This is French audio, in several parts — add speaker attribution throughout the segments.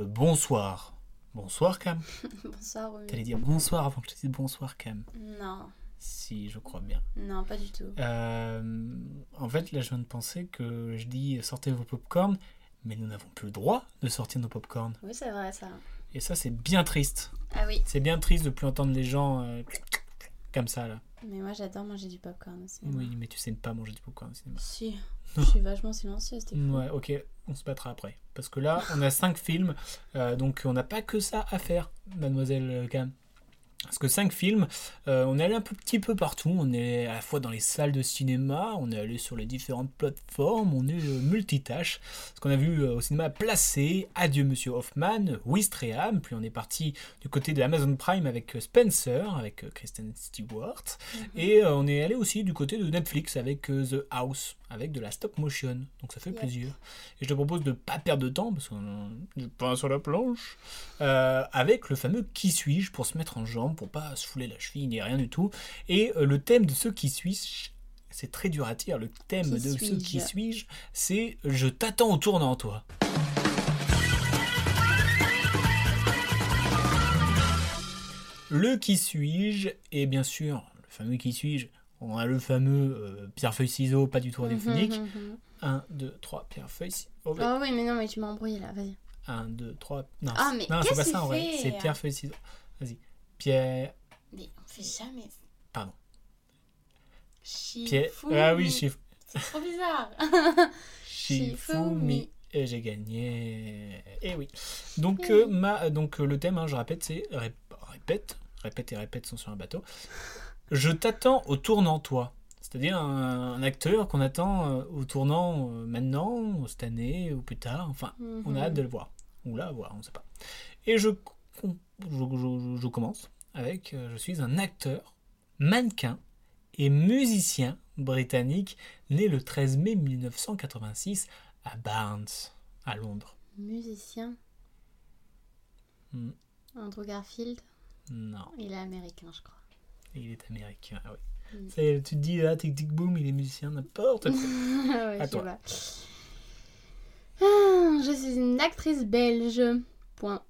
Speaker 1: Euh, bonsoir. Bonsoir Cam.
Speaker 2: bonsoir Rumi.
Speaker 1: T'allais dire bonsoir avant que je te dise bonsoir Cam.
Speaker 2: Non.
Speaker 1: Si, je crois bien.
Speaker 2: Non, pas du tout.
Speaker 1: Euh, en fait, là, je viens de penser que je dis euh, sortez vos popcorn, mais nous n'avons plus le droit de sortir nos popcorn.
Speaker 2: Oui, c'est vrai ça.
Speaker 1: Et ça, c'est bien triste.
Speaker 2: Ah oui.
Speaker 1: C'est bien triste de plus entendre les gens euh, comme ça, là.
Speaker 2: Mais moi, j'adore manger du popcorn aussi.
Speaker 1: Oui, mais tu sais ne pas manger du popcorn au cinéma.
Speaker 2: Si. je suis vachement silencieuse, t'es fou.
Speaker 1: Ouais, ok, on se battra après. Parce que là, on a 5 films, euh, donc on n'a pas que ça à faire, mademoiselle Cam. Parce que 5 films, euh, on est allé un peu, petit peu partout. On est à la fois dans les salles de cinéma, on est allé sur les différentes plateformes, on est euh, multitâche. Ce qu'on a vu euh, au cinéma Placé, Adieu Monsieur Hoffman, Wistreham, puis on est parti du côté de Amazon Prime avec euh, Spencer, avec euh, Kristen Stewart. Mm -hmm. Et on est allé aussi du côté de Netflix avec euh, The House, avec de la stop motion. Donc ça fait yeah. plaisir. Et je te propose de ne pas perdre de temps, parce euh, qu'on a du pain sur la planche, Euh, avec le fameux Qui suis-je pour se mettre en jambe pour pas se fouler la cheville ni rien du tout. Et euh, le thème de ceux qui suis c'est très dur à dire, le thème qui de ceux qui suis-je, c'est je t'attends au tournant toi. Le qui suis-je et bien sûr le fameux qui suis-je. On a le fameux euh, pierre feuille ciseaux pas du tout radiophonique. 1 2 3 pierre feuille ciseaux. bah,
Speaker 2: Oh, oui. oh oui, mais non mais tu m'as embrouillé là, vas-y.
Speaker 1: 1 2 3 Non,
Speaker 2: ah, mais
Speaker 1: non c'est pas ça
Speaker 2: en
Speaker 1: vrai, c'est
Speaker 2: hein
Speaker 1: pierre feuille ciseaux. Vas-y. Pierre.
Speaker 2: Mais on fait jamais.
Speaker 1: Pardon.
Speaker 2: Pierre.
Speaker 1: Ah oui, Shif...
Speaker 2: C'est trop bizarre.
Speaker 1: Shifumi. Et j'ai gagné. Et oui. Donc, oui. Euh, ma, donc euh, le thème, hein, je répète, c'est ré... répète, répète et répète sont sur un bateau. Je t'attends au tournant, toi. C'est-à-dire un, un, acteur qu'on attend euh, au tournant maintenant, cette année ou plus tard. Enfin, mm -hmm. on a hâte de le voir. Ou là, à voir, on ne sait pas. Et je je, je, je, commence avec euh, je suis un acteur, mannequin et musicien britannique né le 13 mai 1986 à Barnes, à Londres.
Speaker 2: Mhm. Musicien
Speaker 1: mm.
Speaker 2: Andrew Garfield
Speaker 1: Non.
Speaker 2: Il est américain, je crois.
Speaker 1: Il est américain, ah oui. Mm. Ça, tu te dis, ah, tic tic boom, il est musicien, n'importe quoi.
Speaker 2: ouais, à je, toi. Ah, je suis une actrice belge. Point.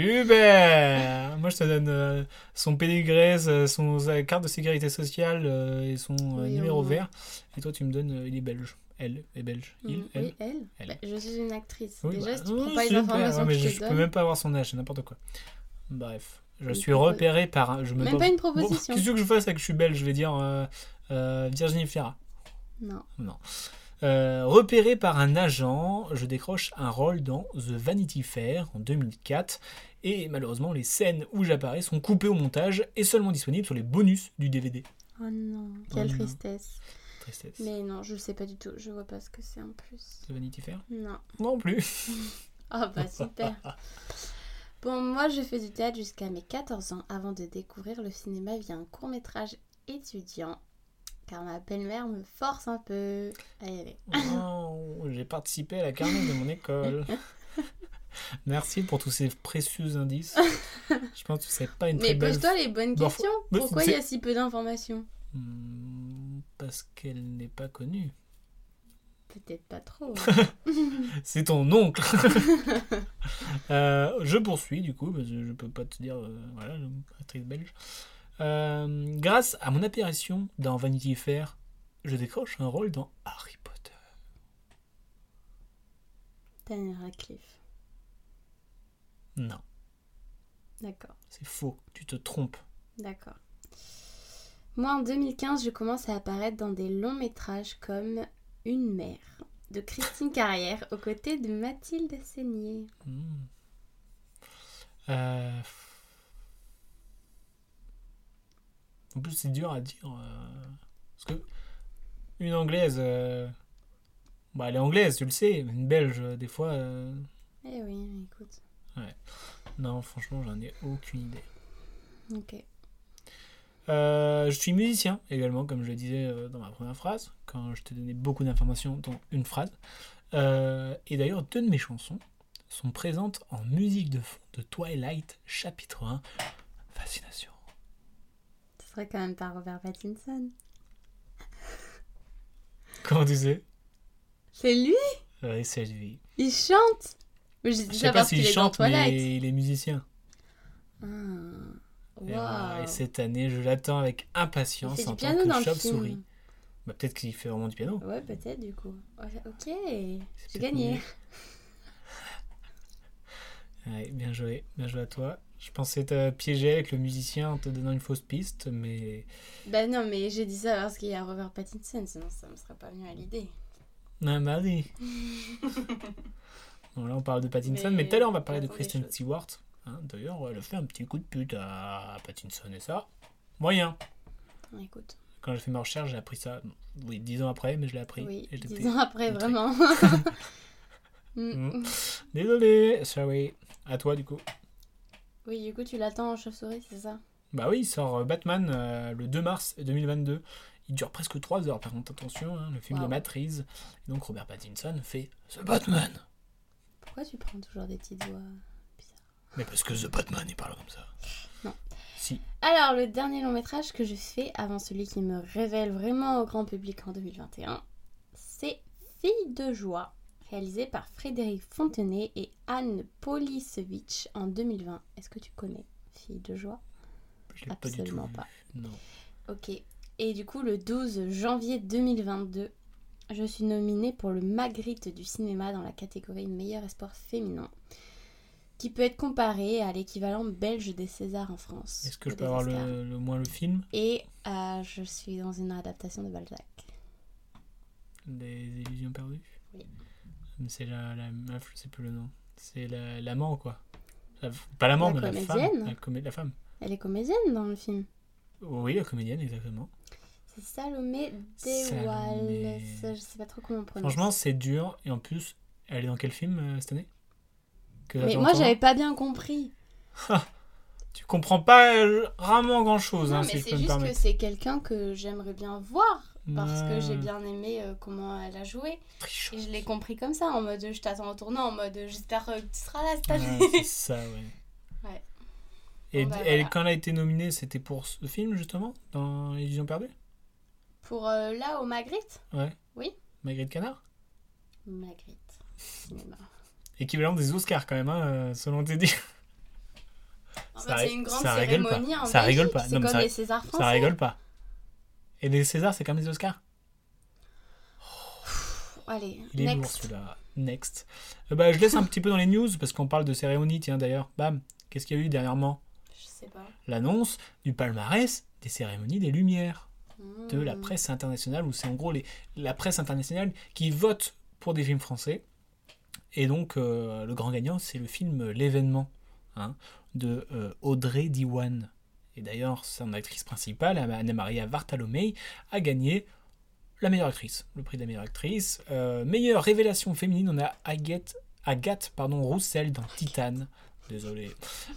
Speaker 1: Super Moi je te donne euh, son pédigré, son, sa carte de sécurité sociale euh, et son euh,
Speaker 2: oui,
Speaker 1: numéro oui. vert. Et toi tu me donnes, euh, il est belge. Elle est belge. Il,
Speaker 2: mmh,
Speaker 1: elle.
Speaker 2: Oui, elle. elle. Bah, je suis une actrice.
Speaker 1: Oui, oh,
Speaker 2: Déjà, bah, si tu prends pas les informations
Speaker 1: ouais, mais
Speaker 2: que
Speaker 1: je,
Speaker 2: te
Speaker 1: je
Speaker 2: donne. bah,
Speaker 1: peux même pas avoir son âge, c'est n'importe quoi. Bref, je suis repéré par. Un, je me
Speaker 2: même pas une proposition.
Speaker 1: Bon, Qu'est-ce que je fasse avec que je suis belge Je vais dire euh, Virginie Fira.
Speaker 2: Non.
Speaker 1: Non. Euh, repéré par un agent, je décroche un rôle dans The Vanity Fair en 2004. Et malheureusement, les scènes où j'apparais sont coupées au montage et seulement disponibles sur les bonus du DVD.
Speaker 2: Oh non, quelle oh tristesse.
Speaker 1: Non. Tristesse.
Speaker 2: Mais non, je sais pas du tout, je vois pas ce que c'est en plus.
Speaker 1: The Vanity Fair
Speaker 2: Non.
Speaker 1: Non plus.
Speaker 2: oh bah super. bon, moi j'ai fait du théâtre jusqu'à mes 14 ans avant de découvrir le cinéma via un court métrage étudiant car ma belle-mère me force un peu à y aller.
Speaker 1: Wow, j'ai participé à la carnet de mon école. Merci pour tous ces précieux indices. Je pense que c'est pas une
Speaker 2: Mais
Speaker 1: très belle...
Speaker 2: pose-toi les bonnes bon, questions. Pourquoi il y a si peu d'informations
Speaker 1: Hmm, Parce qu'elle n'est pas connue.
Speaker 2: Peut-être pas trop. hein.
Speaker 1: c'est ton oncle. euh, je poursuis du coup, parce que je peux pas te dire. Euh, voilà, actrice belge. Euh, grâce à mon apparition dans Vanity Fair, je décroche un rôle dans Harry Potter.
Speaker 2: Daniel Radcliffe.
Speaker 1: Non.
Speaker 2: D'accord.
Speaker 1: C'est faux, tu te trompes.
Speaker 2: D'accord. Moi, en 2015, je commence à apparaître dans des longs métrages comme Une mère de Christine Carrière aux côtés de Mathilde Seigné.
Speaker 1: Mmh. Euh... En plus, c'est dur à dire. euh, parce que une anglaise. euh, bah, elle est anglaise, tu le sais. mais Une belge, euh, des fois. euh,
Speaker 2: Eh oui, écoute.
Speaker 1: Non, franchement, j'en ai aucune idée.
Speaker 2: Ok.
Speaker 1: Euh, je suis musicien également, comme je le disais euh, dans ma première phrase, quand je te donnais beaucoup d'informations dans une phrase. Euh, et d'ailleurs, deux de mes chansons sont présentes en musique de fond de Twilight, chapitre 1, Fascination.
Speaker 2: Ce serait quand même pas Robert Pattinson.
Speaker 1: Comment tu sais Euh,
Speaker 2: C'est lui
Speaker 1: Oui, c'est lui.
Speaker 2: Il chante Mais je
Speaker 1: Je
Speaker 2: dis
Speaker 1: sais
Speaker 2: ça
Speaker 1: pas
Speaker 2: parce
Speaker 1: s'il
Speaker 2: qu'il est dans
Speaker 1: chante,
Speaker 2: Twilight.
Speaker 1: mais Eh il est musicien.
Speaker 2: Ah.
Speaker 1: Et, voilà,
Speaker 2: Waouh.
Speaker 1: et cette année, je l'attends avec
Speaker 2: Ah, Il
Speaker 1: impatience
Speaker 2: fait
Speaker 1: en
Speaker 2: du
Speaker 1: tant
Speaker 2: piano dans
Speaker 1: que
Speaker 2: le
Speaker 1: chauve-souris.
Speaker 2: film.
Speaker 1: Bah, Peut-être qu'il fait vraiment du piano.
Speaker 2: Ouais, peut-être du coup. Ouais, Ok, j'ai
Speaker 1: peut-être
Speaker 2: gagné.
Speaker 1: Ouais, bien joué, bien joué à toi. Je pensais te piéger avec le musicien en te donnant une fausse piste, mais
Speaker 2: Bah non, mais j'ai dit ça parce qu'il y a Robert Pattinson, sinon ça me serait pas venu à l'idée.
Speaker 1: Non, bah oui. bon, là, on parle de Pattinson, mais
Speaker 2: Mais
Speaker 1: tout à l'heure, on va parler de
Speaker 2: j'attends des
Speaker 1: Kristen
Speaker 2: choses.
Speaker 1: Stewart. hein. D'ailleurs, elle a fait un petit coup de pute à Pattinson et ça. Moyen.
Speaker 2: Écoute,
Speaker 1: Quand j'ai fait ma recherche, j'ai appris ça. bon, Oui, dix ans après, mais je l'ai appris.
Speaker 2: oui,
Speaker 1: Et j'étais-
Speaker 2: dix ans après,
Speaker 1: contré.
Speaker 2: vraiment. Mm.
Speaker 1: Mm. Désolé, sorry. À toi, du coup.
Speaker 2: Oui, du coup, tu l'attends en chauve-souris, c'est ça
Speaker 1: Bah oui, il sort euh, Batman euh, le 2 mars 2022. Il dure presque 3 heures, par contre, attention, hein, le film de
Speaker 2: Wow.
Speaker 1: Matrice. Et donc Robert Pattinson fait The Batman.
Speaker 2: Pourquoi tu prends toujours des petites voix
Speaker 1: Mais parce que The Batman, il parle comme ça.
Speaker 2: Non.
Speaker 1: Si.
Speaker 2: Alors, le dernier long métrage que je fais avant celui qui me révèle vraiment au grand public en 2021, c'est Fille de joie, réalisé par Frédéric Fontenay et Anne Polisevich en 2020. Est-ce que tu connais Fille de joie
Speaker 1: Je l'ai pas du tout.
Speaker 2: Absolument
Speaker 1: vu.
Speaker 2: pas.
Speaker 1: Non.
Speaker 2: Ok. Et du coup, le 12 janvier 2022, je suis nominée pour le Magritte du cinéma dans la catégorie meilleur espoir féminin, qui peut être comparé à l'équivalent belge des Césars en France.
Speaker 1: Est-ce que
Speaker 2: ou
Speaker 1: je
Speaker 2: des
Speaker 1: peux avoir
Speaker 2: Oscars.
Speaker 1: le, le moins le film
Speaker 2: Et euh, je suis dans une adaptation de Balzac.
Speaker 1: des illusions perdues
Speaker 2: Oui.
Speaker 1: Mais C'est la, la meuf, je sais plus le nom. C'est la- l'amant, quoi. La- pas l'amant,
Speaker 2: La
Speaker 1: mais la femme.
Speaker 2: comédienne
Speaker 1: La, comé- la femme.
Speaker 2: Elle est comédienne dans le film.
Speaker 1: Oui, la comédienne, exactement.
Speaker 2: C'est Salomé
Speaker 1: Salomé.
Speaker 2: Dewal. Je sais pas trop comment on prononce.
Speaker 1: Franchement, c'est dur. Et en plus, elle est dans quel film euh, cette année Que
Speaker 2: mais
Speaker 1: j'attends
Speaker 2: moi
Speaker 1: encore.
Speaker 2: j'avais pas bien compris.
Speaker 1: Tu comprends pas euh, vraiment grand chose,
Speaker 2: Non,
Speaker 1: hein,
Speaker 2: mais
Speaker 1: si je
Speaker 2: c'est
Speaker 1: peux me
Speaker 2: juste que
Speaker 1: permettre.
Speaker 2: c'est quelqu'un que j'aimerais bien voir parce
Speaker 1: Ouais.
Speaker 2: que j'ai bien aimé euh, comment elle a joué.
Speaker 1: Trichon.
Speaker 2: Et je l'ai compris comme ça, en mode je t'attends au tournant, en mode j'espère euh, que tu seras là cette
Speaker 1: Ouais, c'est
Speaker 2: année.
Speaker 1: ça, ouais.
Speaker 2: Ouais.
Speaker 1: Et
Speaker 2: Bon, bah,
Speaker 1: elle,
Speaker 2: voilà.
Speaker 1: quand elle a été nominée, c'était pour ce film, justement, dans Illusion perdue
Speaker 2: Pour euh, là, au Magritte
Speaker 1: Ouais.
Speaker 2: Oui.
Speaker 1: Magritte Canard
Speaker 2: Magritte. Cinéma.
Speaker 1: Équivalent des Oscars, quand même, hein, euh, selon tes dires.
Speaker 2: En
Speaker 1: Ça
Speaker 2: fait,
Speaker 1: ri-
Speaker 2: c'est une grande
Speaker 1: ça rigole pas.
Speaker 2: cérémonie en
Speaker 1: Ça rigole
Speaker 2: Belgique,
Speaker 1: pas.
Speaker 2: C'est
Speaker 1: Non, mais
Speaker 2: comme
Speaker 1: ça-
Speaker 2: les Césars français.
Speaker 1: Ça rigole pas. Et les Césars, c'est comme les Oscars.
Speaker 2: Pff, Allez,
Speaker 1: Il est lourd,
Speaker 2: next.
Speaker 1: celui-là. Next. Euh, bah, je laisse un petit peu dans les news, parce qu'on parle de cérémonie, tiens, d'ailleurs. Bam. Qu'est-ce qu'il y a eu dernièrement
Speaker 2: Je sais pas.
Speaker 1: L'annonce du palmarès des cérémonies des Lumières. de la
Speaker 2: Hmm.
Speaker 1: presse internationale, où c'est en gros les, la presse internationale qui vote pour des films français. Et donc, euh, le grand gagnant, c'est le film euh, L'événement hein, de euh, Audrey Diwan. Et d'ailleurs, son actrice principale, Anna Maria Vartalomei, a gagné la meilleure actrice, le prix de la meilleure actrice. Euh, meilleure révélation féminine, on a Agathe, Agathe pardon, Roussel dans Titane. Désolé.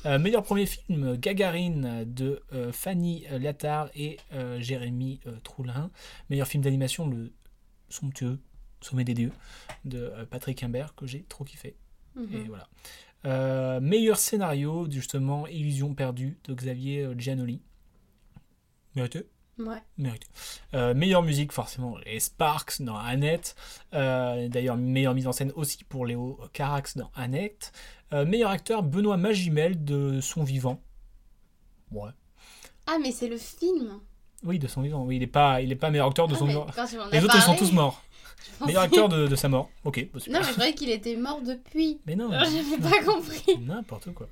Speaker 1: Euh, meilleur premier film, euh, Gagarine euh, de euh, Fanny euh, Latard et euh, Jérémy euh, Troulin. Meilleur film d'animation, Le Somptueux, Sommet des Dieux, de euh, Patrick Imbert, que j'ai trop kiffé.
Speaker 2: Mhm.
Speaker 1: Et voilà. Euh, meilleur scénario, justement, Illusion perdue, de Xavier euh, Giannoli. Mérité
Speaker 2: Ouais.
Speaker 1: Mérité. Euh, meilleure musique, forcément, les Sparks dans Annette. Euh, D'ailleurs, meilleure mise en scène aussi pour Léo Carax dans Annette. Euh, meilleur acteur, Benoît Magimel de Son Vivant. Ouais.
Speaker 2: Ah, mais c'est le film.
Speaker 1: Oui, de Son Vivant. Oui, il n'est pas, il est pas meilleur acteur de
Speaker 2: Ah,
Speaker 1: Son
Speaker 2: mais
Speaker 1: Vivant.
Speaker 2: quand tu m'en as
Speaker 1: Les autres, ils sont
Speaker 2: parlé,
Speaker 1: tous morts.
Speaker 2: je pensais-
Speaker 1: Meilleur acteur de, de sa mort. Ok, bah, super.
Speaker 2: Non, mais je croyais qu'il était mort depuis.
Speaker 1: Mais non.
Speaker 2: Alors, j'avais pas compris.
Speaker 1: N'importe quoi.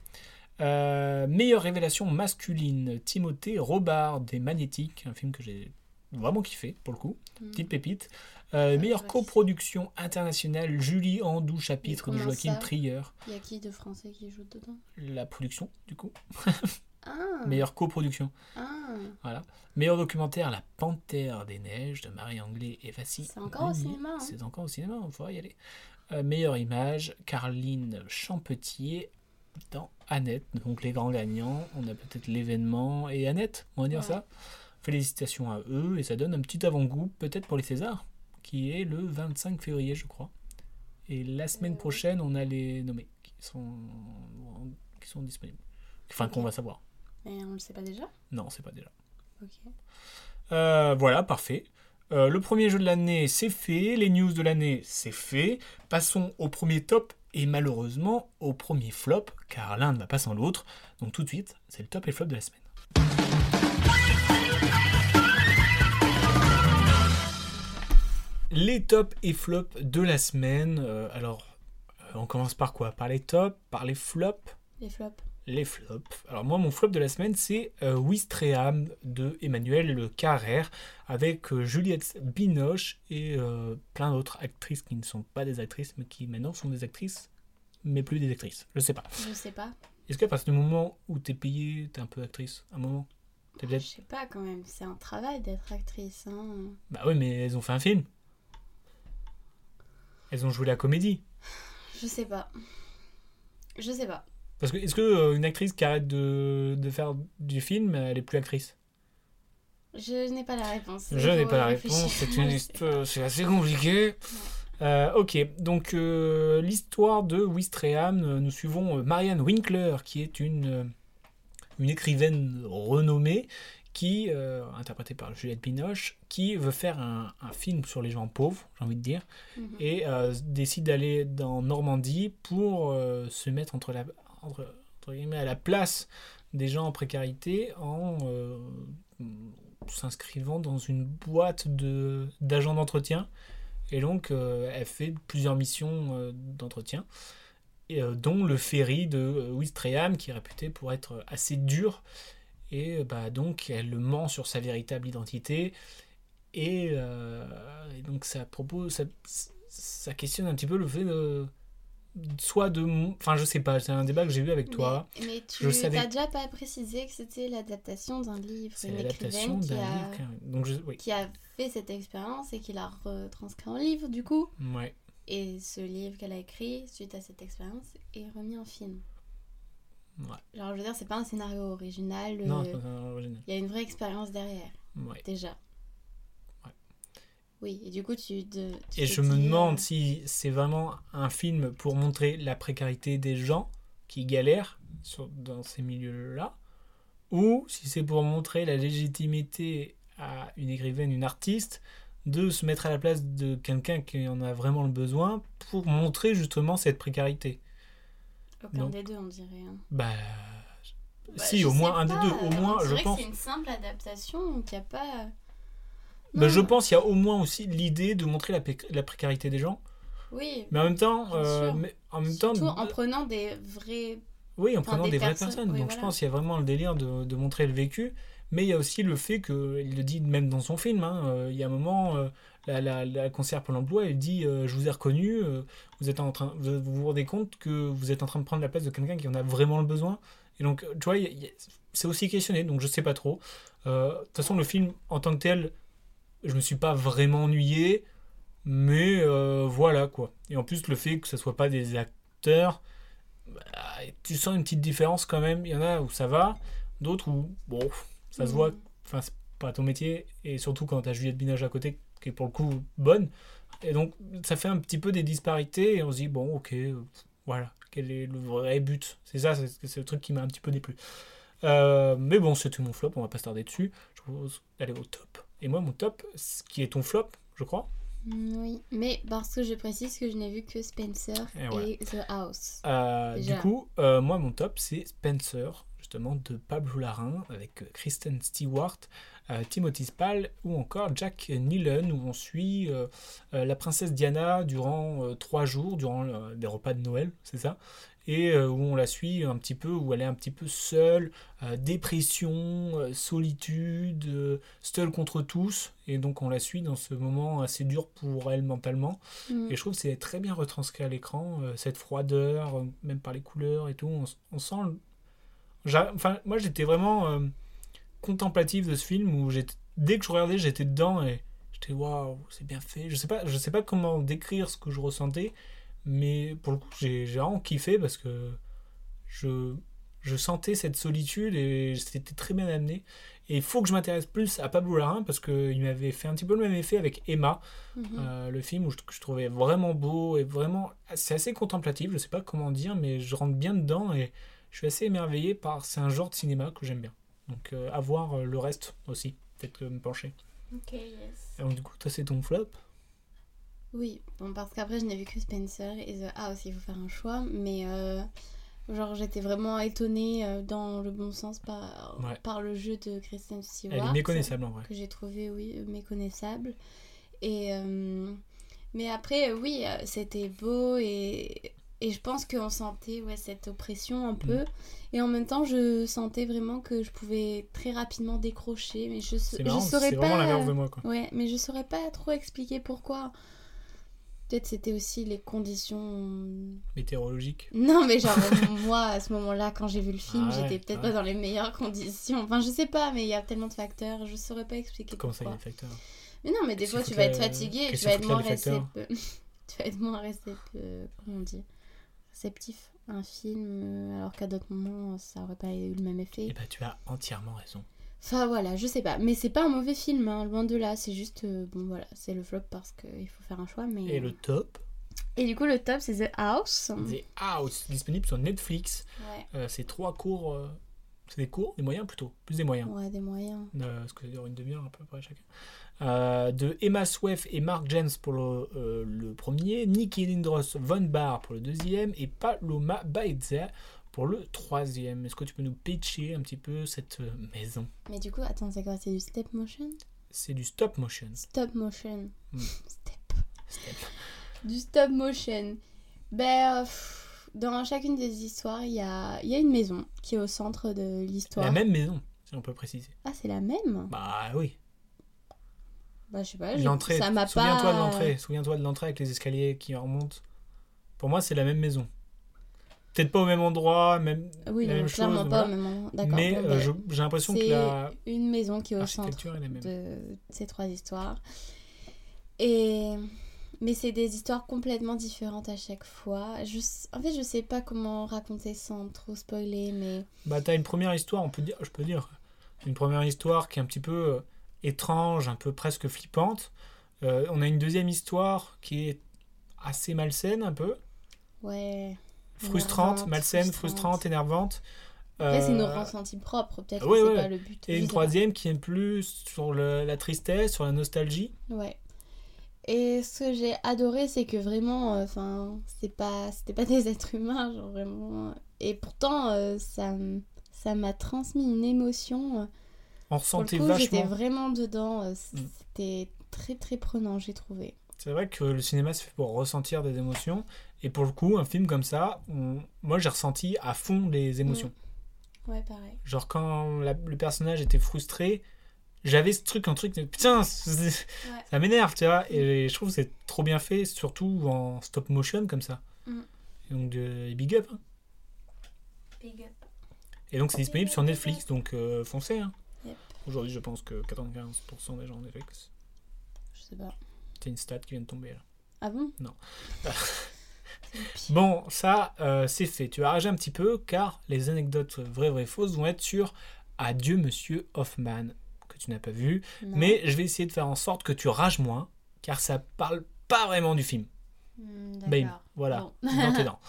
Speaker 1: Euh, meilleure révélation masculine, Timothée Robard des Magnétiques, un film que j'ai vraiment kiffé pour le coup, petite pépite. Euh,
Speaker 2: Ouais,
Speaker 1: meilleure
Speaker 2: ouais.
Speaker 1: coproduction internationale, Julie Andou, chapitre de
Speaker 2: comment
Speaker 1: Joachim
Speaker 2: ça
Speaker 1: Trier,
Speaker 2: Il y a qui de français qui joue dedans
Speaker 1: la production du coup.
Speaker 2: Ah,
Speaker 1: Meilleure coproduction.
Speaker 2: ah.
Speaker 1: Meilleur documentaire, La Panthère des Neiges de Marie Anglais et Vassi.
Speaker 2: C'est encore au
Speaker 1: Lamy.
Speaker 2: cinéma, hein.
Speaker 1: C'est encore au cinéma, on pourra y aller. Euh, meilleure image, Carline Champetier dans Annette. Donc les grands gagnants, on a peut-être l'événement et Annette, on va dire
Speaker 2: Ouais.
Speaker 1: ça. Félicitations à eux et ça donne un petit avant-goût peut-être pour les Césars, qui est le 25 février je crois. Et la
Speaker 2: Euh,
Speaker 1: semaine prochaine, on a les nommés qui sont, qui sont disponibles. Enfin qu'on va savoir.
Speaker 2: Mais on le sait pas déjà
Speaker 1: Non, c'est pas déjà.
Speaker 2: Ok.
Speaker 1: Euh, voilà, parfait. Euh, le premier jeu de l'année, c'est fait. Les news de l'année, c'est fait. Passons au premier top et malheureusement au premier flop, car l'un ne va pas sans l'autre. Donc tout de suite, c'est le top et flop de la semaine. Les tops et flops de la semaine. Euh, alors, euh, on commence par quoi Par les tops, par les flops
Speaker 2: Les flops.
Speaker 1: les flops. Alors moi, mon flop de la semaine, c'est euh, Wistreham de Emmanuel Carrère avec euh, Juliette Binoche et euh, plein d'autres actrices qui ne sont pas des actrices, mais qui maintenant sont des actrices, mais plus des actrices. Je sais pas.
Speaker 2: Je sais pas.
Speaker 1: Est-ce qu'à partir du moment où t'es payée, t'es un peu actrice Un moment T'es
Speaker 2: Je
Speaker 1: peut-être...
Speaker 2: sais pas quand même. C'est un travail d'être actrice. Hein.
Speaker 1: Bah oui, mais elles ont fait un film. Elles ont joué la comédie.
Speaker 2: Je sais pas. Je sais pas.
Speaker 1: Parce que est-ce que euh, une actrice qui arrête de, de faire du film, elle est plus actrice
Speaker 2: Je n'ai pas la réponse.
Speaker 1: Je
Speaker 2: Il
Speaker 1: n'ai
Speaker 2: faut
Speaker 1: pas la
Speaker 2: réfléchir.
Speaker 1: réponse, c'est une
Speaker 2: Je sais pas.
Speaker 1: histo- c'est assez compliqué. Euh, ok, donc euh, l'histoire de Wistreham, euh, nous suivons euh, Marianne Winkler, qui est une, euh, une écrivaine renommée, qui, euh, interprétée par Juliette Binoche, qui veut faire un, un film sur les gens pauvres, j'ai envie de dire,
Speaker 2: Mhm.
Speaker 1: et euh, décide d'aller dans Normandie pour euh, se mettre entre la, entre, entre guillemets, à la place des gens en précarité en euh, s'inscrivant dans une boîte de d'agents d'entretien. Et donc, euh, elle fait plusieurs missions euh, d'entretien, et, euh, dont le ferry de euh, Ouistreham, qui est réputé pour être assez dur. Et euh, bah, donc, elle ment sur sa véritable identité. Et, euh, et donc, ça propose, ça, ça questionne un petit peu le fait de. Soit de. mon- Enfin, je sais pas, c'est un débat que j'ai eu avec toi.
Speaker 2: Mais, mais tu
Speaker 1: je
Speaker 2: n'as
Speaker 1: savais-
Speaker 2: déjà pas précisé que c'était l'adaptation d'un livre.
Speaker 1: C'est
Speaker 2: Une
Speaker 1: l'adaptation
Speaker 2: écrivaine qui
Speaker 1: d'un
Speaker 2: a...
Speaker 1: livre. qu'un- Donc, je- oui.
Speaker 2: qui a fait cette expérience et qui l'a retranscrit en livre du coup.
Speaker 1: Ouais.
Speaker 2: Et ce livre qu'elle a écrit suite à cette expérience est remis en film.
Speaker 1: Ouais.
Speaker 2: Genre je veux dire c'est pas un scénario original. euh,
Speaker 1: Non, c'est pas original.
Speaker 2: Il y a une vraie expérience derrière
Speaker 1: Ouais.
Speaker 2: déjà.
Speaker 1: Ouais.
Speaker 2: Oui et du coup tu te. tu
Speaker 1: Et
Speaker 2: te
Speaker 1: je me
Speaker 2: dis,
Speaker 1: demande
Speaker 2: euh,
Speaker 1: si c'est vraiment un film pour montrer la précarité des gens qui galèrent sur- dans ces milieux-là, ou si c'est pour montrer la légitimité à une écrivaine, une artiste, de se mettre à la place de quelqu'un qui en a vraiment le besoin pour montrer justement cette précarité.
Speaker 2: Aucun
Speaker 1: non.
Speaker 2: des deux on dirait. hein.
Speaker 1: Bah,
Speaker 2: Bah,
Speaker 1: si,
Speaker 2: je
Speaker 1: au
Speaker 2: sais
Speaker 1: moins un
Speaker 2: pas,
Speaker 1: des deux.
Speaker 2: euh,
Speaker 1: Au moins,
Speaker 2: on
Speaker 1: je
Speaker 2: dirait que
Speaker 1: pense.
Speaker 2: C'est une simple adaptation donc il n'y a pas. euh,
Speaker 1: Bah,
Speaker 2: Non,
Speaker 1: je pense qu'il y a au moins aussi l'idée de montrer la, péc- la précarité des gens,
Speaker 2: Oui.
Speaker 1: mais en même temps,
Speaker 2: Bien
Speaker 1: euh,
Speaker 2: sûr.
Speaker 1: mais en même temps,
Speaker 2: Surtout en prenant des vrais
Speaker 1: oui, en
Speaker 2: enfin,
Speaker 1: prenant
Speaker 2: des
Speaker 1: des, vraies
Speaker 2: personnes,
Speaker 1: personnes.
Speaker 2: oui,
Speaker 1: Donc je
Speaker 2: voilà.
Speaker 1: pense qu'il y a vraiment le délire de, de montrer le vécu, mais il y a aussi le fait que il le dit même dans son film. hein, euh, il y a un moment, euh, la, la, la concert pour l'emploi, elle dit euh, je vous ai reconnu, euh, vous êtes en train, vous vous vous rendez compte que vous êtes en train de prendre la place de quelqu'un qui en a vraiment le besoin. Et donc, tu vois, il y a- il y a- c'est aussi questionné, donc je sais pas trop. Euh, De toute façon, le film en tant que tel, je me suis pas vraiment ennuyé, mais euh, voilà quoi. Et en plus, le fait que ce soit pas des acteurs, bah, tu sens une petite différence quand même. Il y en a où ça va, d'autres où, bon, ça se voit, enfin, c'est pas ton métier, et surtout quand t'as Juliette Binoche à côté, qui est pour le coup bonne. Et donc, ça fait un petit peu des disparités, et on se dit, bon, ok, euh, voilà, quel est le vrai but C'est ça, c'est c'est le truc qui m'a un petit peu déplu. Euh, mais bon, c'était mon flop, on va pas se tarder dessus. Je propose d'aller au top. Et moi, mon top, ce qui est ton flop, je crois.
Speaker 2: Mm, Oui, mais parce que je précise que je n'ai vu que Spencer
Speaker 1: Et
Speaker 2: et,
Speaker 1: voilà.
Speaker 2: The House.
Speaker 1: Euh, du
Speaker 2: Déjà.
Speaker 1: coup, euh, moi, mon top, c'est Spencer, justement, de Pablo Larrain, avec euh, Kristen Stewart, euh, Timothy Spall ou encore Jack Nealon, où on suit euh, euh, la princesse Diana durant euh, trois jours, durant euh, des repas de Noël, c'est ça et euh, où on la suit un petit peu, où elle est un petit peu seule, euh, dépression, euh, solitude, euh, seule contre tous, et donc on la suit dans ce moment assez dur pour elle mentalement.
Speaker 2: Mm.
Speaker 1: Et je trouve que c'est très bien retranscrit à l'écran, euh, cette froideur, euh, même par les couleurs et tout. On, s- on sent. le- j'a- Enfin, moi, j'étais vraiment euh, contemplatif de ce film où j'étais- dès que je regardais, j'étais dedans et j'étais waouh, c'est bien fait. Je sais pas, je sais pas comment décrire ce que je ressentais, mais pour le coup, j'ai j'ai vraiment kiffé parce que je, je sentais cette solitude et c'était très bien amené. Et il faut que je m'intéresse plus à Pablo Larrain parce qu'il m'avait fait un petit peu le même effet avec Emma,
Speaker 2: mm,
Speaker 1: euh, le film où je, que je trouvais vraiment beau et vraiment. C'est assez contemplatif, je sais pas comment dire, mais je rentre bien dedans et je suis assez émerveillé par. C'est un genre de cinéma que j'aime bien. Donc euh, à voir euh, le reste aussi, peut-être que me pencher.
Speaker 2: Ok, yes.
Speaker 1: Et donc, du coup, toi, c'est ton flop
Speaker 2: Oui, bon, parce qu'après, je n'ai vu que Spencer et The House, il faut faire un choix, mais euh, genre, j'étais vraiment étonnée euh, dans le bon sens par,
Speaker 1: Ouais.
Speaker 2: par le jeu de Kristen Stewart.
Speaker 1: Elle est méconnaissable en vrai.
Speaker 2: que j'ai trouvé oui euh, méconnaissable et euh, mais après euh, oui euh, c'était beau et et je pense qu'on sentait ouais, cette oppression
Speaker 1: Mm.
Speaker 2: un peu. Et en même temps, je sentais vraiment que je pouvais très rapidement décrocher. Mais je, sa-
Speaker 1: C'est marrant,
Speaker 2: je
Speaker 1: c'est
Speaker 2: saurais
Speaker 1: vraiment
Speaker 2: pas.
Speaker 1: l'inverse de moi. Quoi.
Speaker 2: Ouais, mais je saurais pas trop expliquer pourquoi. Peut-être c'était aussi les conditions.
Speaker 1: Météorologique.
Speaker 2: Non, mais genre, moi, à ce moment-là, quand j'ai vu le film,
Speaker 1: Ah ouais,
Speaker 2: j'étais peut-être
Speaker 1: ouais.
Speaker 2: pas dans les meilleures conditions. Enfin, je sais pas, mais il y a tellement de facteurs, je saurais pas expliquer
Speaker 1: Comment ça, il y
Speaker 2: pourquoi.
Speaker 1: a des facteurs
Speaker 2: Mais non, mais des
Speaker 1: Qu'est-ce
Speaker 2: fois,
Speaker 1: qu'il faut
Speaker 2: tu vas
Speaker 1: qu'il y
Speaker 2: être
Speaker 1: a-
Speaker 2: fatigué et
Speaker 1: qu'est-ce
Speaker 2: tu vas
Speaker 1: qu'il
Speaker 2: être
Speaker 1: faut
Speaker 2: moins
Speaker 1: qu'il y a des
Speaker 2: réceptif. tu vas être moins réceptif. Comment on dit Réceptif à un film, euh, alors qu'à d'autres moments, ça aurait pas eu le même
Speaker 1: Eh
Speaker 2: effet.
Speaker 1: ben, tu as entièrement raison.
Speaker 2: Enfin, voilà, je sais pas. Mais c'est pas un mauvais film, hein, loin de là. C'est juste, euh, bon, voilà, c'est le flop parce qu'il faut faire un choix. Mais...
Speaker 1: Et le top,
Speaker 2: Et du coup, le top, c'est The House.
Speaker 1: The House, disponible sur Netflix.
Speaker 2: Ouais.
Speaker 1: Euh, c'est trois cours. euh, c'est des cours, des moyens plutôt, plus des moyens.
Speaker 2: Ouais, des moyens.
Speaker 1: Euh, ce que ça dure une demi-heure à peu près chacun. Euh, de Emma Sweff et Mark James pour le, euh, le premier, Nicky Lindros Von Bar pour le deuxième et Paloma Baeza pour le troisième. Est-ce que tu peux nous pitcher un petit peu cette euh, maison
Speaker 2: Mais du coup, attends, c'est quoi C'est du step motion
Speaker 1: C'est du stop motion.
Speaker 2: Stop motion.
Speaker 1: Mm.
Speaker 2: Step.
Speaker 1: Step.
Speaker 2: Du stop motion. Ben, euh, pff, dans chacune des histoires, il y a, il y a une maison qui est au centre de
Speaker 1: La
Speaker 2: l'histoire.
Speaker 1: même maison, si on peut préciser.
Speaker 2: Ah, c'est la même
Speaker 1: Bah oui.
Speaker 2: Bah, je sais pas. j'ai-
Speaker 1: L'entrée.
Speaker 2: Ça m'a
Speaker 1: Souviens-toi
Speaker 2: pas.
Speaker 1: de l'entrée. Souviens-toi de l'entrée avec les escaliers qui remontent. Pour moi, c'est la même maison. Peut-être pas au même endroit, même.
Speaker 2: euh, Oui,
Speaker 1: la
Speaker 2: non,
Speaker 1: même chose,
Speaker 2: clairement pas
Speaker 1: voilà.
Speaker 2: au même moment. D'accord.
Speaker 1: Mais
Speaker 2: bon,
Speaker 1: euh,
Speaker 2: ben,
Speaker 1: je- j'ai l'impression que
Speaker 2: c'est
Speaker 1: la
Speaker 2: une maison qui est au centre.
Speaker 1: architecture est la même.
Speaker 2: de ces trois histoires. Et mais c'est des histoires complètement différentes à chaque fois. Je... s- En fait, je sais pas comment raconter sans trop spoiler, mais
Speaker 1: Bah, t'as une première histoire, on peut dire, je peux dire, une première histoire qui est un petit peu euh, étrange, un peu presque flippante. Euh, on a une deuxième histoire qui est assez malsaine, un peu
Speaker 2: ouais.
Speaker 1: frustrante,
Speaker 2: Énervante,
Speaker 1: malsaine, frustrante,
Speaker 2: frustrante.
Speaker 1: énervante.
Speaker 2: Après, c'est nos
Speaker 1: Euh,
Speaker 2: ressentis propres, peut-être
Speaker 1: ouais,
Speaker 2: que c'est
Speaker 1: ouais.
Speaker 2: pas le but.
Speaker 1: et
Speaker 2: je
Speaker 1: une
Speaker 2: sais
Speaker 1: troisième qui est plus sur le- la tristesse, sur la nostalgie.
Speaker 2: pas. Ouais. Et ce que j'ai adoré, c'est que vraiment, euh, enfin, c'est pas, c'était pas des êtres humains, genre vraiment. Et pourtant, euh, ça, m- ça m'a transmis une émotion.
Speaker 1: On
Speaker 2: euh, Pour le
Speaker 1: ressentait
Speaker 2: coup, j'étais
Speaker 1: vachement.
Speaker 2: vraiment dedans. euh, c-
Speaker 1: Mm.
Speaker 2: C'était très très prenant, j'ai trouvé.
Speaker 1: C'est vrai que le cinéma se fait pour ressentir des émotions. Et pour le coup, un film comme ça, on- moi j'ai ressenti à fond les émotions.
Speaker 2: Ouais, pareil.
Speaker 1: Genre quand la- le personnage était frustré, j'avais ce truc, un truc, de, putain, c'est- ça m'énerve, tu vois. Et je trouve que c'est trop bien fait, surtout en stop motion comme ça.
Speaker 2: Mm.
Speaker 1: Et donc de et big up. hein. Et donc c'est disponible sur Netflix, donc euh, foncez. hein.
Speaker 2: Yep.
Speaker 1: Aujourd'hui, je pense que 95% des gens ont Netflix.
Speaker 2: Je sais pas.
Speaker 1: C'est une stat qui vient de tomber là.
Speaker 2: Ah bon
Speaker 1: Bon, ça, euh, c'est fait. Tu vas rager un petit peu car les anecdotes vraies, vraies, fausses vont être sur Adieu, monsieur Hoffman, que tu n'as pas vu.
Speaker 2: Non.
Speaker 1: Mais je vais essayer de faire en sorte que tu rages moins, car ça parle pas vraiment du film.
Speaker 2: Hmm,
Speaker 1: Bim,
Speaker 2: D'accord.
Speaker 1: voilà,
Speaker 2: Bon.
Speaker 1: dans tes dents.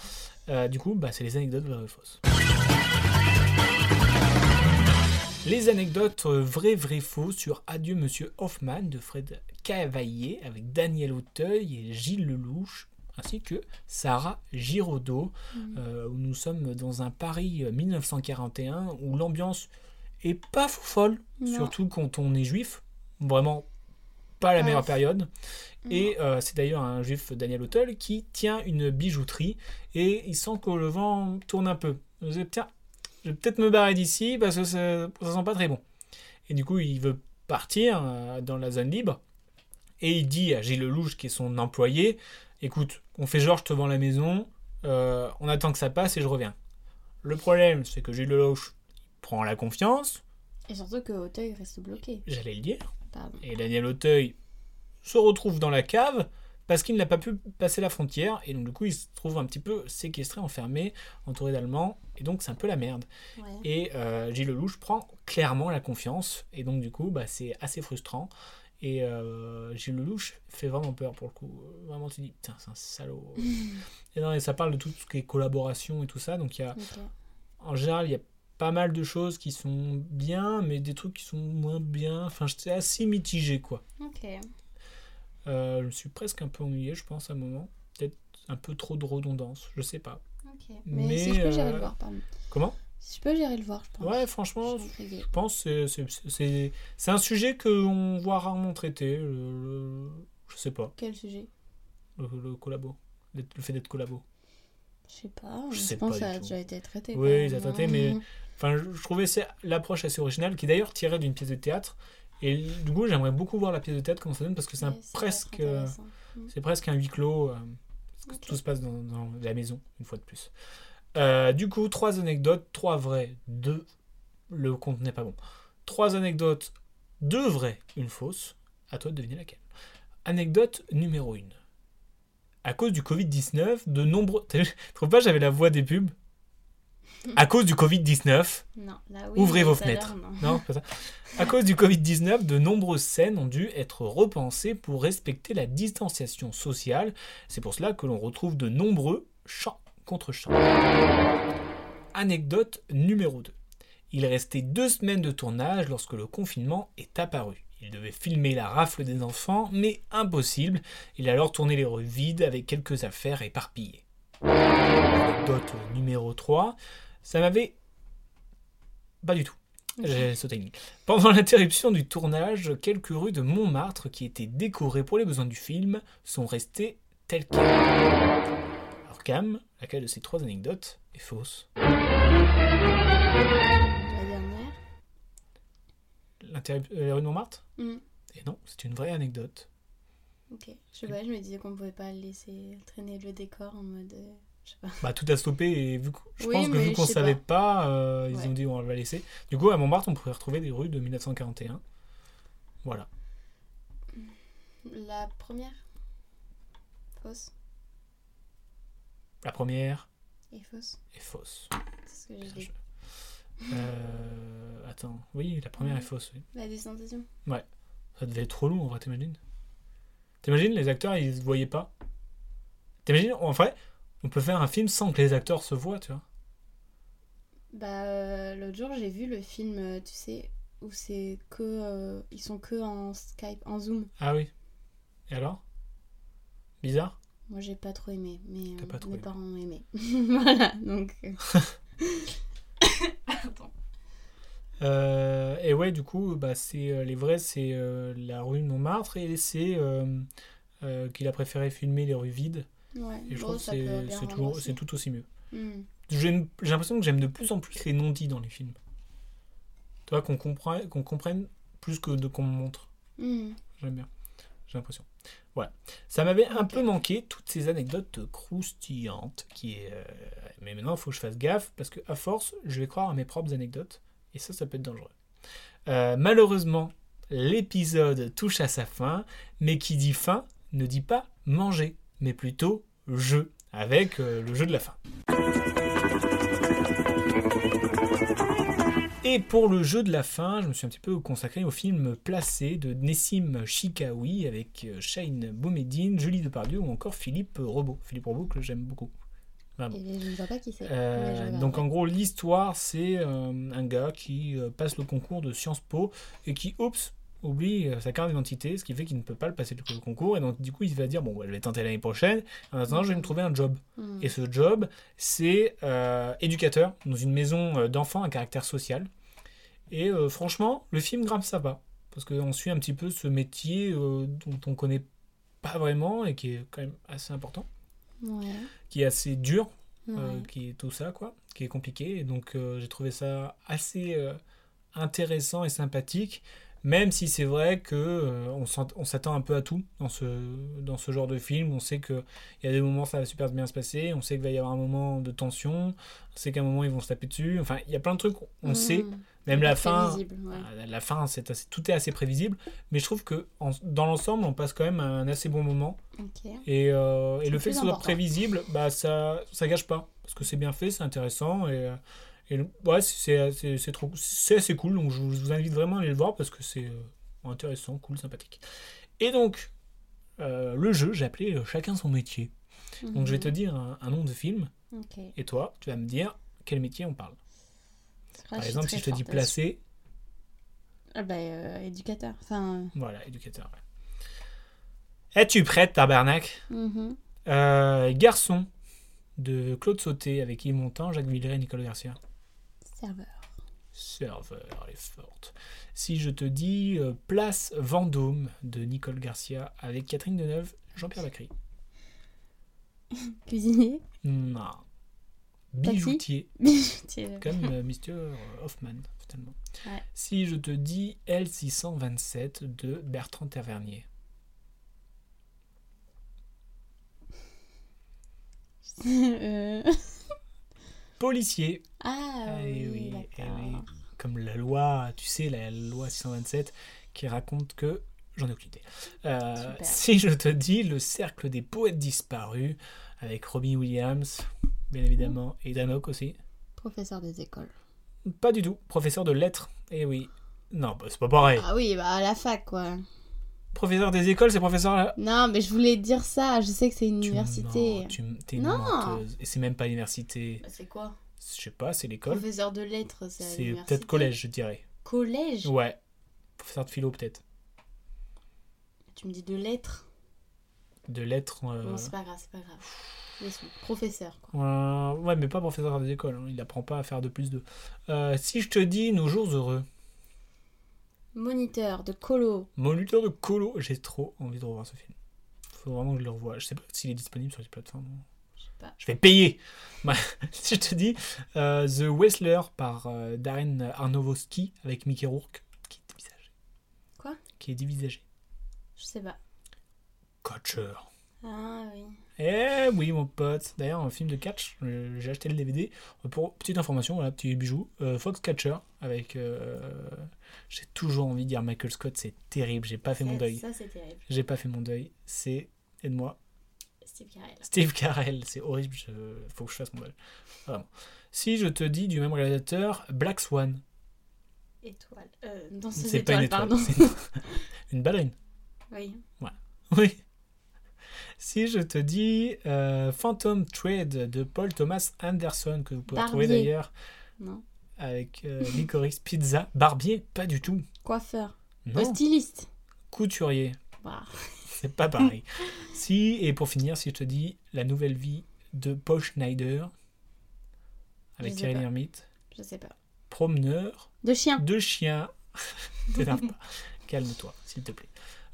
Speaker 1: Euh, du coup, bah, c'est les anecdotes vraies ou fausses. Les anecdotes euh, vraies, vraies, fausses sur Adieu Monsieur Hoffman de Fred Cavaillé avec Daniel Auteuil et Gilles Lelouch ainsi que Sarah Giraudot, euh, où nous sommes dans un Paris euh, 1941 où l'ambiance est pas fou folle,
Speaker 2: Mm. Non.
Speaker 1: surtout quand on est juif. Vraiment pas la
Speaker 2: Pas
Speaker 1: meilleure
Speaker 2: ouf.
Speaker 1: période. Et euh, c'est d'ailleurs un juif, Daniel Hotel, qui tient une bijouterie et il sent que le vent tourne un peu. Il se dit, tiens, je vais peut-être me barrer d'ici parce que ça, ça sent pas très bon. Et du coup, il veut partir euh, dans la zone libre et il dit à Gilles Lelouch, qui est son employé, écoute, on fait genre, je te vends la maison, euh, on attend que ça passe et je reviens. Le problème, c'est que Gilles Lelouch prend la confiance,
Speaker 2: Et surtout que Auteuil reste bloqué.
Speaker 1: j'allais le dire,
Speaker 2: Pardon.
Speaker 1: et Daniel Auteuil se retrouve dans la cave, parce qu'il n'a pas pu passer la frontière. Et donc, du coup, il se trouve un petit peu séquestré, enfermé, entouré d'Allemands. Et donc, c'est un peu la merde.
Speaker 2: Ouais.
Speaker 1: Et euh, Gilles Lelouch prend clairement la confiance. Et donc, du coup, bah, c'est assez frustrant. Et euh, Gilles Lelouch fait vraiment peur pour le coup. Vraiment, tu dis, putain, c'est un salaud. et, non, et ça parle de tout ce qui est collaboration et tout ça. Donc, il y a,
Speaker 2: Ok.
Speaker 1: en général, il y a pas mal de choses qui sont bien, mais des trucs qui sont moins bien. Enfin, j'étais assez mitigé, quoi.
Speaker 2: Ok.
Speaker 1: Euh, je me suis presque un peu ennuyé, je pense, à un moment. Peut-être un peu trop de redondance, je sais pas.
Speaker 2: Ok. Mais,
Speaker 1: Mais,
Speaker 2: si je peux, j'irai
Speaker 1: euh,
Speaker 2: le voir, pardon.
Speaker 1: Comment
Speaker 2: Si je peux, j'irai le voir, je pense.
Speaker 1: Ouais,
Speaker 2: je
Speaker 1: franchement,
Speaker 2: suis intriguée.
Speaker 1: je pense que c'est- c'est- c'est c'est un sujet qu'on voit rarement traité. Le, le- je sais pas,
Speaker 2: Quel sujet
Speaker 1: le, le collabo. d'être- Le fait d'être collabo.
Speaker 2: Je sais pas.
Speaker 1: Je sais
Speaker 2: pense
Speaker 1: pas
Speaker 2: que ça
Speaker 1: du
Speaker 2: a
Speaker 1: tout.
Speaker 2: déjà été traité. hein.
Speaker 1: Oui,
Speaker 2: quoi.
Speaker 1: il a traité, mais- Enfin, je, je trouvais c'est- l'approche assez originale, qui est d'ailleurs tirée d'une pièce de théâtre. Et du coup, j'aimerais beaucoup voir la pièce de théâtre, comment ça donne, parce que c'est un
Speaker 2: Ouais, ça a l'air
Speaker 1: presque. euh,
Speaker 2: intéressant.
Speaker 1: C'est presque un huis clos. euh, parce que
Speaker 2: Ok.
Speaker 1: Tout se passe dans, dans la maison, une fois de plus. Euh, du coup, trois anecdotes, trois vraies, deux. Le compte n'est pas bon. Trois anecdotes, deux vraies, une fausse. À toi de deviner laquelle. Anecdote numéro une. À cause du Covid-19, de nombreux. T'as vu Trouve pas, j'avais la voix des pubs. À cause du Covid-19,
Speaker 2: Non, là, oui,
Speaker 1: Ouvrez
Speaker 2: mais
Speaker 1: vos
Speaker 2: tout à l'heure,
Speaker 1: fenêtres.
Speaker 2: non.
Speaker 1: non, c'est pas ça. À cause du Covid-19, de nombreuses scènes ont dû être repensées pour respecter la distanciation sociale. C'est pour cela que l'on retrouve de nombreux chants contre chants. Anecdote numéro 2. Il restait deux semaines de tournage lorsque le confinement est apparu. Il devait filmer la rafle des enfants, mais impossible. Il a alors tourné les rues vides avec quelques affaires éparpillées. Anecdote numéro 3. Ça m'avait... Pas du tout. J'ai sauté une ligne. Pendant l'interruption du tournage, quelques rues de Montmartre qui étaient décorées pour les besoins du film sont restées telles quelles. Alors Cam, laquelle de ces trois anecdotes est fausse
Speaker 2: La dernière
Speaker 1: L'interrup- euh, La rue de Montmartre
Speaker 2: Mm.
Speaker 1: Et non, c'est une vraie anecdote.
Speaker 2: Ok. Je sais pas, je me disais qu'on pouvait pas laisser traîner le décor en mode. euh, Je sais pas.
Speaker 1: Bah tout a stoppé et vu que, je
Speaker 2: Oui,
Speaker 1: pense que
Speaker 2: mais
Speaker 1: vu
Speaker 2: je
Speaker 1: qu'on
Speaker 2: sais
Speaker 1: savait pas, euh, ils
Speaker 2: Ouais.
Speaker 1: ont dit on va laisser. Du coup à Montmartre on pourrait retrouver des rues de 1941. Voilà.
Speaker 2: La première Fausse
Speaker 1: La première
Speaker 2: Et fausse
Speaker 1: est fausse.
Speaker 2: C'est ce que
Speaker 1: Putain,
Speaker 2: j'ai dit.
Speaker 1: je- Euh, attends, oui la première est fausse. oui.
Speaker 2: La distanciation
Speaker 1: Ça devait être trop long, en vrai, t'imagines T'imagines, les acteurs, ils se voyaient pas T'imagines, en vrai, on peut faire un film sans que les acteurs se voient, tu vois
Speaker 2: Bah, euh, l'autre jour, j'ai vu le film, euh, tu sais, où c'est que. euh, ils sont que en Skype, en Zoom.
Speaker 1: Ah oui. Et alors Bizarre
Speaker 2: Moi, j'ai pas trop aimé, mais
Speaker 1: T'as
Speaker 2: euh,
Speaker 1: pas trop
Speaker 2: mes
Speaker 1: aimé.
Speaker 2: parents ont aimé. voilà, donc. euh,
Speaker 1: Euh, Et ouais, du coup, bah, c'est, euh, les vrais, c'est euh, la rue de Montmartre et c'est euh, euh, qu'il a préféré filmer les rues vides.
Speaker 2: Ouais,
Speaker 1: Et je
Speaker 2: bon,
Speaker 1: trouve que
Speaker 2: Oh, ça peut
Speaker 1: c'est,
Speaker 2: bien
Speaker 1: c'est
Speaker 2: rendre
Speaker 1: toujours-
Speaker 2: aussi.
Speaker 1: c'est tout aussi mieux.
Speaker 2: Hmm.
Speaker 1: J'aime- J'ai l'impression que j'aime de plus en plus les non-dits dans les films. Tu vois, qu'on comprenne, qu'on comprenne plus que de qu'on me montre.
Speaker 2: Hmm.
Speaker 1: J'aime bien. J'ai l'impression. Voilà. Ça m'avait un peu manqué, toutes ces anecdotes croustillantes. Qui est, euh, Mais maintenant, il faut que je fasse gaffe, parce que à force, je vais croire à mes propres anecdotes. Et ça, ça peut être dangereux. Euh, malheureusement, l'épisode touche à sa fin, mais qui dit fin ne dit pas manger, mais plutôt jeu, avec euh, le jeu de la fin. Et pour le jeu de la fin, je me suis un petit peu consacré au film Placé de Nessim Chikaoui avec euh, Shane Boumedine, Julie Depardieu ou encore Philippe Robot. Philippe Robot que j'aime beaucoup.
Speaker 2: Et je ne vois pas qui c'est.
Speaker 1: Ah Euh,
Speaker 2: mais je regarde.
Speaker 1: donc en gros, l'histoire, c'est euh, un gars qui euh, passe le concours de Sciences Po et qui, oups, oublie euh, sa carte d'identité, ce qui fait qu'il ne peut pas le passer le concours. Et donc du coup, il va dire, bon, ouais, je vais tenter l'année prochaine. En attendant, je vais me trouver un job.
Speaker 2: Hmm.
Speaker 1: Et ce job, c'est euh, éducateur dans une maison euh, d'enfants à caractère social. Et euh, franchement, le film grimpe ça va. Parce qu'on suit un petit peu ce métier euh, dont on connaît pas vraiment et qui est quand même assez important,
Speaker 2: Ouais.
Speaker 1: qui est assez dur,
Speaker 2: ouais.
Speaker 1: euh, qui est tout ça, quoi, qui est compliqué. Et donc, euh, j'ai trouvé ça assez euh, intéressant et sympathique. Même si c'est vrai que euh, on s'en- on s'attend un peu à tout dans ce, dans ce genre de film. On sait qu'il y a des moments ça va super bien se passer, on sait qu'il va y avoir un moment de tension, on sait qu'à un moment ils vont se taper dessus. Enfin, il y a plein de trucs, on
Speaker 2: Mhm.
Speaker 1: sait.
Speaker 2: C'est
Speaker 1: Même la
Speaker 2: pas
Speaker 1: fin,
Speaker 2: prévisible, ouais.
Speaker 1: à la- la fin, c'est assez- tout est assez prévisible, mais je trouve que en- dans l'ensemble, on passe quand même un assez bon moment.
Speaker 2: Ok.
Speaker 1: Et, euh, et
Speaker 2: C'est
Speaker 1: le
Speaker 2: le
Speaker 1: fait que
Speaker 2: plus
Speaker 1: ce soit
Speaker 2: important.
Speaker 1: prévisible, bah ça, ça gâche pas, parce que c'est bien fait, c'est intéressant et, euh, et le- ouais, c'est c'est- c'est trop, c'est assez cool. Donc je vous- je vous invite vraiment à aller le voir parce que c'est euh, intéressant, cool, sympathique. Et donc euh, le jeu, j'ai appelé euh, chacun son métier. Donc je vais te
Speaker 2: Mm-hmm.
Speaker 1: dire un, un nom de film
Speaker 2: Mhm. Ok. Je
Speaker 1: et toi, tu vas me dire quel métier on parle.
Speaker 2: crois que
Speaker 1: Par
Speaker 2: Ah, suis
Speaker 1: exemple,
Speaker 2: très
Speaker 1: si je te dis
Speaker 2: forte là-dessus.
Speaker 1: placé,
Speaker 2: Ah bah, euh, éducateur. Enfin.
Speaker 1: Voilà, éducateur. ouais. Es-tu prête, tabarnak
Speaker 2: euh, mhm.
Speaker 1: Euh, Garçon de Claude Sauté avec Yves Montand, Jacques Villeray, Nicolas Garcia.
Speaker 2: Serveur.
Speaker 1: Serveur, elle est forte. Si je te dis euh, Place Vendôme de Nicole Garcia avec Catherine Deneuve, Jean-Pierre Bacry.
Speaker 2: Cuisinier.
Speaker 1: Non. Bijoutier,
Speaker 2: Bijoutier.
Speaker 1: comme euh, Mr. Hoffman, finalement.
Speaker 2: Ouais.
Speaker 1: Si je te dis L627 de Bertrand Tavernier.
Speaker 2: Euh,
Speaker 1: Policier,
Speaker 2: Ah
Speaker 1: Eh
Speaker 2: oui,
Speaker 1: oui, eh
Speaker 2: d'accord.
Speaker 1: oui. comme la loi, tu sais, la loi 627 qui raconte que. J'en ai aucune idée. Euh,
Speaker 2: Super.
Speaker 1: si je te dis le cercle des poètes disparus avec Robbie Williams, bien évidemment, et Danok aussi.
Speaker 2: Professeur des écoles.
Speaker 1: Pas du tout, professeur de lettres. Eh oui. Non, bah, c'est pas pareil.
Speaker 2: Ah oui, bah à la fac quoi.
Speaker 1: Professeur des écoles, c'est professeur. à-
Speaker 2: Non, mais je voulais dire ça. Je sais que c'est une
Speaker 1: Tu
Speaker 2: université.
Speaker 1: mens, Tu m- t'es
Speaker 2: Non.
Speaker 1: menteuse. Et c'est même pas l'université.
Speaker 2: Bah, c'est quoi
Speaker 1: Je sais pas, c'est l'école.
Speaker 2: Professeur de lettres, c'est à
Speaker 1: C'est
Speaker 2: l'université.
Speaker 1: peut-être collège, je dirais.
Speaker 2: Collège
Speaker 1: Ouais. Professeur de philo, peut-être.
Speaker 2: Tu me dis de lettres
Speaker 1: De lettres. euh,
Speaker 2: Bon, c'est pas grave, c'est pas grave. Laisse-moi. Professeur quoi.
Speaker 1: Euh, ouais, mais pas professeur des écoles. hein. Il apprend pas à faire de plus de. Euh, si je te dis nos jours heureux,
Speaker 2: Moniteur de colo.
Speaker 1: moniteur de colo, j'ai trop envie de revoir ce film. Faut vraiment que je le revoie. Je sais pas s'il est disponible sur les plateformes.
Speaker 2: Je sais pas.
Speaker 1: Je vais payer. Bah, si je te dis euh, The Whistler par euh, Darren Arnowski avec Mickey Rourke, qui est dévisagé.
Speaker 2: Quoi
Speaker 1: Qui est dévisagé.
Speaker 2: Je sais pas.
Speaker 1: Catcher.
Speaker 2: Ah oui.
Speaker 1: Eh oui, mon pote. D'ailleurs, un film de catch, euh, j'ai acheté le DVD. Euh, Pour petite information, voilà, petit bijou. euh, Fox Catcher avec. euh, j'ai toujours envie de dire Michael Scott, c'est terrible. J'ai pas fait mon
Speaker 2: Ça-
Speaker 1: deuil.
Speaker 2: Ça, c'est terrible.
Speaker 1: J'ai pas fait mon deuil. C'est. Aide-moi.
Speaker 2: Steve Carell.
Speaker 1: Steve Carell, c'est horrible. je- Faut que je fasse mon deuil. Vraiment. Si je te dis du même réalisateur, Black Swan.
Speaker 2: Étoile. Euh, dans ces
Speaker 1: C'est
Speaker 2: étoiles,
Speaker 1: pas une étoile.
Speaker 2: pardon.
Speaker 1: c'est une- une baleine.
Speaker 2: Oui.
Speaker 1: Oui. Si je te dis euh, Phantom Trade de Paul Thomas Anderson, que vous pouvez retrouver
Speaker 2: Barbier.
Speaker 1: d'ailleurs
Speaker 2: Non.
Speaker 1: avec euh, Licorice Pizza. Barbier, pas du tout.
Speaker 2: Coiffeur.
Speaker 1: Non.
Speaker 2: Euh, styliste.
Speaker 1: Couturier,
Speaker 2: Bah,
Speaker 1: c'est pas pareil. si, et pour finir, si je te dis La nouvelle vie de Paul Schneider avec
Speaker 2: Je sais
Speaker 1: Thierry
Speaker 2: pas.
Speaker 1: Lhermitte,
Speaker 2: je sais pas.
Speaker 1: Promeneur,
Speaker 2: De chien.
Speaker 1: Deux chiens. T'énerve pas. Calme-toi, s'il te plaît.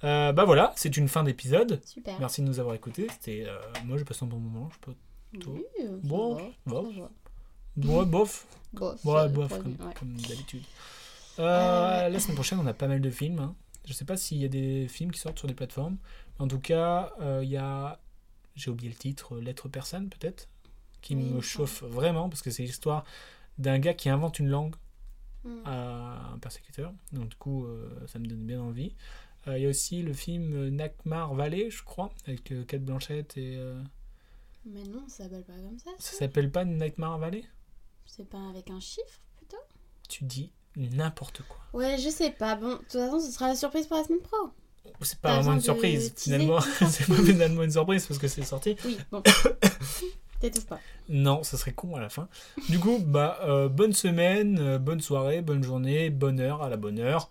Speaker 1: Euh, bah voilà, c'est une fin d'épisode.
Speaker 2: Super.
Speaker 1: Merci de nous avoir écoutés. C'était, euh, moi, j'ai passé un bon moment. Je sais pas
Speaker 2: Oui, euh, ça
Speaker 1: Bon,
Speaker 2: va,
Speaker 1: bon.
Speaker 2: ça va.
Speaker 1: Ouais, bof.
Speaker 2: Bon,
Speaker 1: Ouais,
Speaker 2: ça,
Speaker 1: bof,
Speaker 2: euh, trois
Speaker 1: comme,
Speaker 2: minutes, ouais.
Speaker 1: comme d'habitude. Euh,
Speaker 2: Euh,
Speaker 1: La semaine prochaine, on a pas mal de films. hein. Je sais pas s'il y a des films qui sortent sur des plateformes. En tout cas, euh, il y a. J'ai oublié le titre, euh, Lettre persane, peut-être, qui
Speaker 2: Oui, il
Speaker 1: me
Speaker 2: me
Speaker 1: chauffe vraiment, parce que c'est l'histoire d'un gars qui invente une langue Ah.
Speaker 2: Mm.
Speaker 1: à un persécuteur. Donc, du coup, euh, ça me donne bien envie. Euh, Il y a aussi le film euh, Nakmar Valley, je crois, avec euh, Kate Blanchett et. euh,
Speaker 2: Mais non, ça s'appelle pas comme ça.
Speaker 1: Ça
Speaker 2: ça.
Speaker 1: s'appelle pas Nakmar Valley
Speaker 2: C'est pas avec un chiffre plutôt
Speaker 1: Tu dis n'importe quoi.
Speaker 2: Ouais, je sais pas. Bon, de toute façon, ce sera la surprise pour la semaine pro.
Speaker 1: C'est
Speaker 2: Pas
Speaker 1: pas vraiment une
Speaker 2: besoin de
Speaker 1: surprise,
Speaker 2: teaser.
Speaker 1: finalement. c'est pas finalement une surprise parce que c'est sorti.
Speaker 2: Oui, bon. T'étouffes pas.
Speaker 1: Non, ça serait con à la fin. Du coup, bah, euh, bonne semaine, euh, bonne soirée, bonne journée, bonne heure, à la bonne heure.